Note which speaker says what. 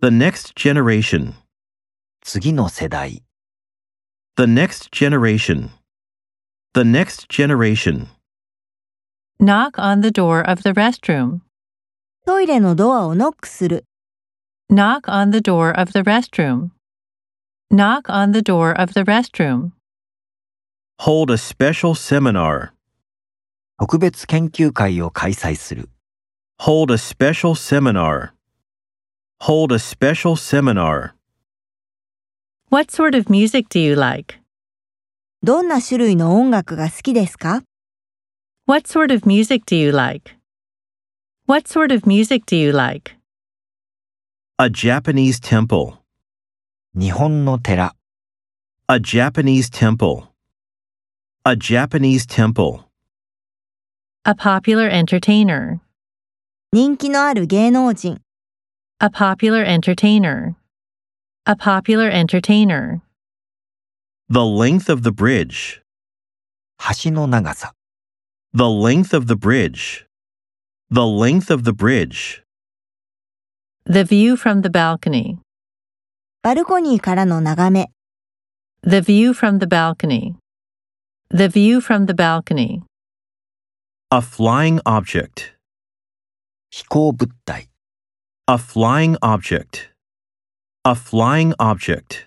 Speaker 1: The next generation.
Speaker 2: 次の世代、
Speaker 1: The next generation. The next generation.
Speaker 3: Knock on the door of the restroom.
Speaker 4: トイレのドアをノックする。
Speaker 3: Knock on the door of the restroom. Knock on the door of the restroom.
Speaker 1: Hold a special seminar.
Speaker 2: 特別研究会を開催する。
Speaker 1: Hold a special seminar. Hold a special seminar.
Speaker 3: What sort of music do you like?
Speaker 4: どんな種類の音楽が好きですか
Speaker 3: What sort of music do you like? What sort of music do you like?
Speaker 1: A Japanese temple.
Speaker 2: 日本の寺、
Speaker 1: A Japanese temple. A Japanese temple.
Speaker 3: A popular entertainer.
Speaker 4: 人気のある芸能人。
Speaker 3: A popular entertainer. A popular entertainer.
Speaker 1: The length of the bridge.
Speaker 2: 橋の長さ、
Speaker 1: The length of the bridge. The length of the bridge.
Speaker 3: The view from the balcony.
Speaker 4: バルコニーからの眺め。
Speaker 3: The view from the balcony. The view from the balcony.
Speaker 1: A flying object.
Speaker 2: 飛行物体。
Speaker 1: A flying object. A flying object.